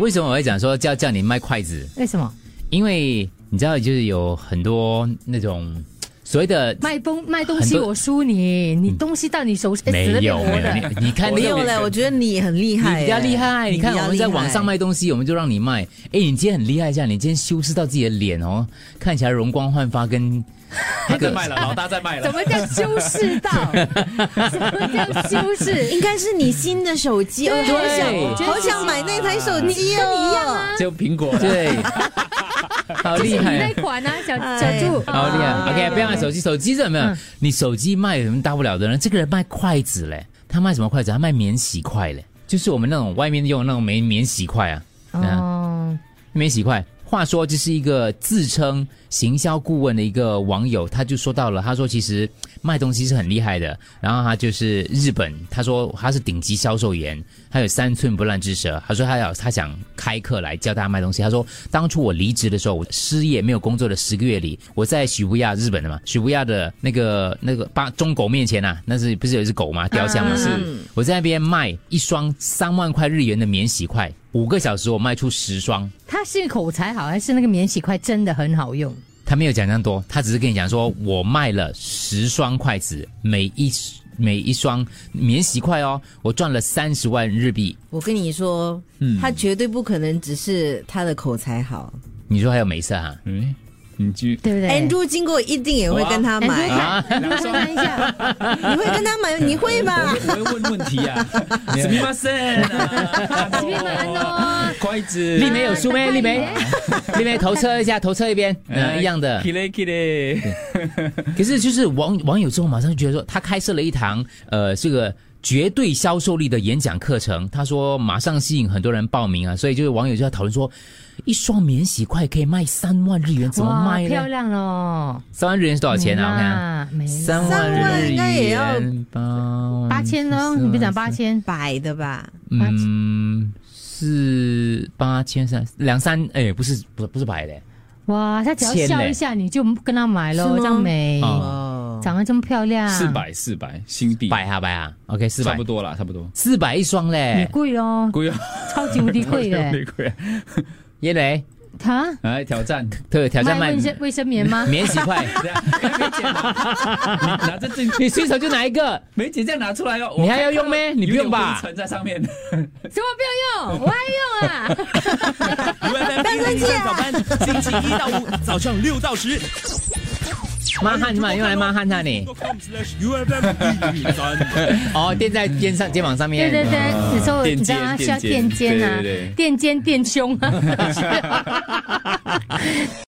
为什么我会讲说叫叫你卖筷子？为什么因为你知道，就是有很多那种所谓的卖东卖东很西多嗯我输你，你东西到你手上、没死了变有活没有的，你，你看哎没有嘞，我觉得你很厉害、哎你比较厉害。你看比较我们在厉害网上卖东西，我们就让你卖。哎，你今天很厉害，这样你今天修饰到自己的脸哦，看起来容光焕发，跟那在个卖了，老大在卖怎了。么叫修饰 到？什么叫修饰？应该是你新的手机，哦，好对想好想买那台手机哦，你一样啊，就苹果了， 对，好就是厉你那害。款啊，小小哎柱，好厉害！OK，不要买手机，手机怎么样嗯？你手机卖有什么大不了的呢？这个人卖筷子嘞，他卖什么筷子？他卖免洗筷嘞，就是我们那种外面用的那种免免洗筷啊。哦，免洗筷。话说，这是一个自称行销顾问的一个网友，他就说到了，他说其实卖东西是很厉害的，然后他就是日本，他说他是顶级销售员，他有三寸不烂之舌，他说他要他想开课来教大家卖东西。他说当初我离职的时候，我失业没有工作的十个月里，我在许不亚日本的嘛，许不亚的那个那个八中狗面前啊，那是不是有一只狗嘛，雕像嘛，是我在那边卖一双三万块日元的免洗筷，五个小时我卖出十双。他是口才好，还是那个免洗筷真的很好用？他没有讲这样多，他只是跟你讲说，我卖了十双筷子，每一每一双免洗筷哦，我赚了三十万日币。我跟你说，他绝对不可能只是他的口才好。你说还有美色哈、嗯，你去对不嗯对 Andrew 经过一定也会跟哦他买，啊 Andrew，Andrew 看看一 下，你会跟他买，你 会吧？我会问问题啊，什么嘛森啊，随便买哦。筷子，丽梅有输没？赶快丽梅， 丽梅头车一下，头车一边，嗯，一样的 k。i 哎 l e k i l 可是就是网网友之后马上就觉得说，他开设了一堂呃这个绝对销售力的演讲课程，他说马上吸引很多人报名啊，所以就是网友就在讨论说，一双免洗筷可以卖三万日元， 怎么哇，卖漂呢？亮哦！三万日元是多少钱啊？我看看。没啦？没三万嗯日应该也要元吧，八千喽，你别讲八千，摆的吧？八千嗯，是八千三两三，哎，不是不不是百嘞，哇，他只要千笑嘞一下你就跟他买喽，是吗这样美，哦哦，长得这么漂亮，四百四百新币，百哈百哈，OK 四差百不多啦，差不多。四百一双也嘞，贵哦，贵啊，超级无敌贵 的。贵啊！叶磊，哈，来挑战，对挑战卖卖？卫生卫生棉吗免洗筷，这样梅姐拿拿着这你随手就拿一个，梅姐这样拿出来哦，你还要用咩？你不用吧？存在上面，什么不要用？我还用啊！单身姐，早班星期一到五早上六到十骂汉嘛，用来骂汉他你。 ，com/slash/UFM 一零三， 哦，垫在肩上肩膀上面。对对对，有时候垫肩你知道吗？需要垫垫肩肩啊对对对，垫肩垫胸啊。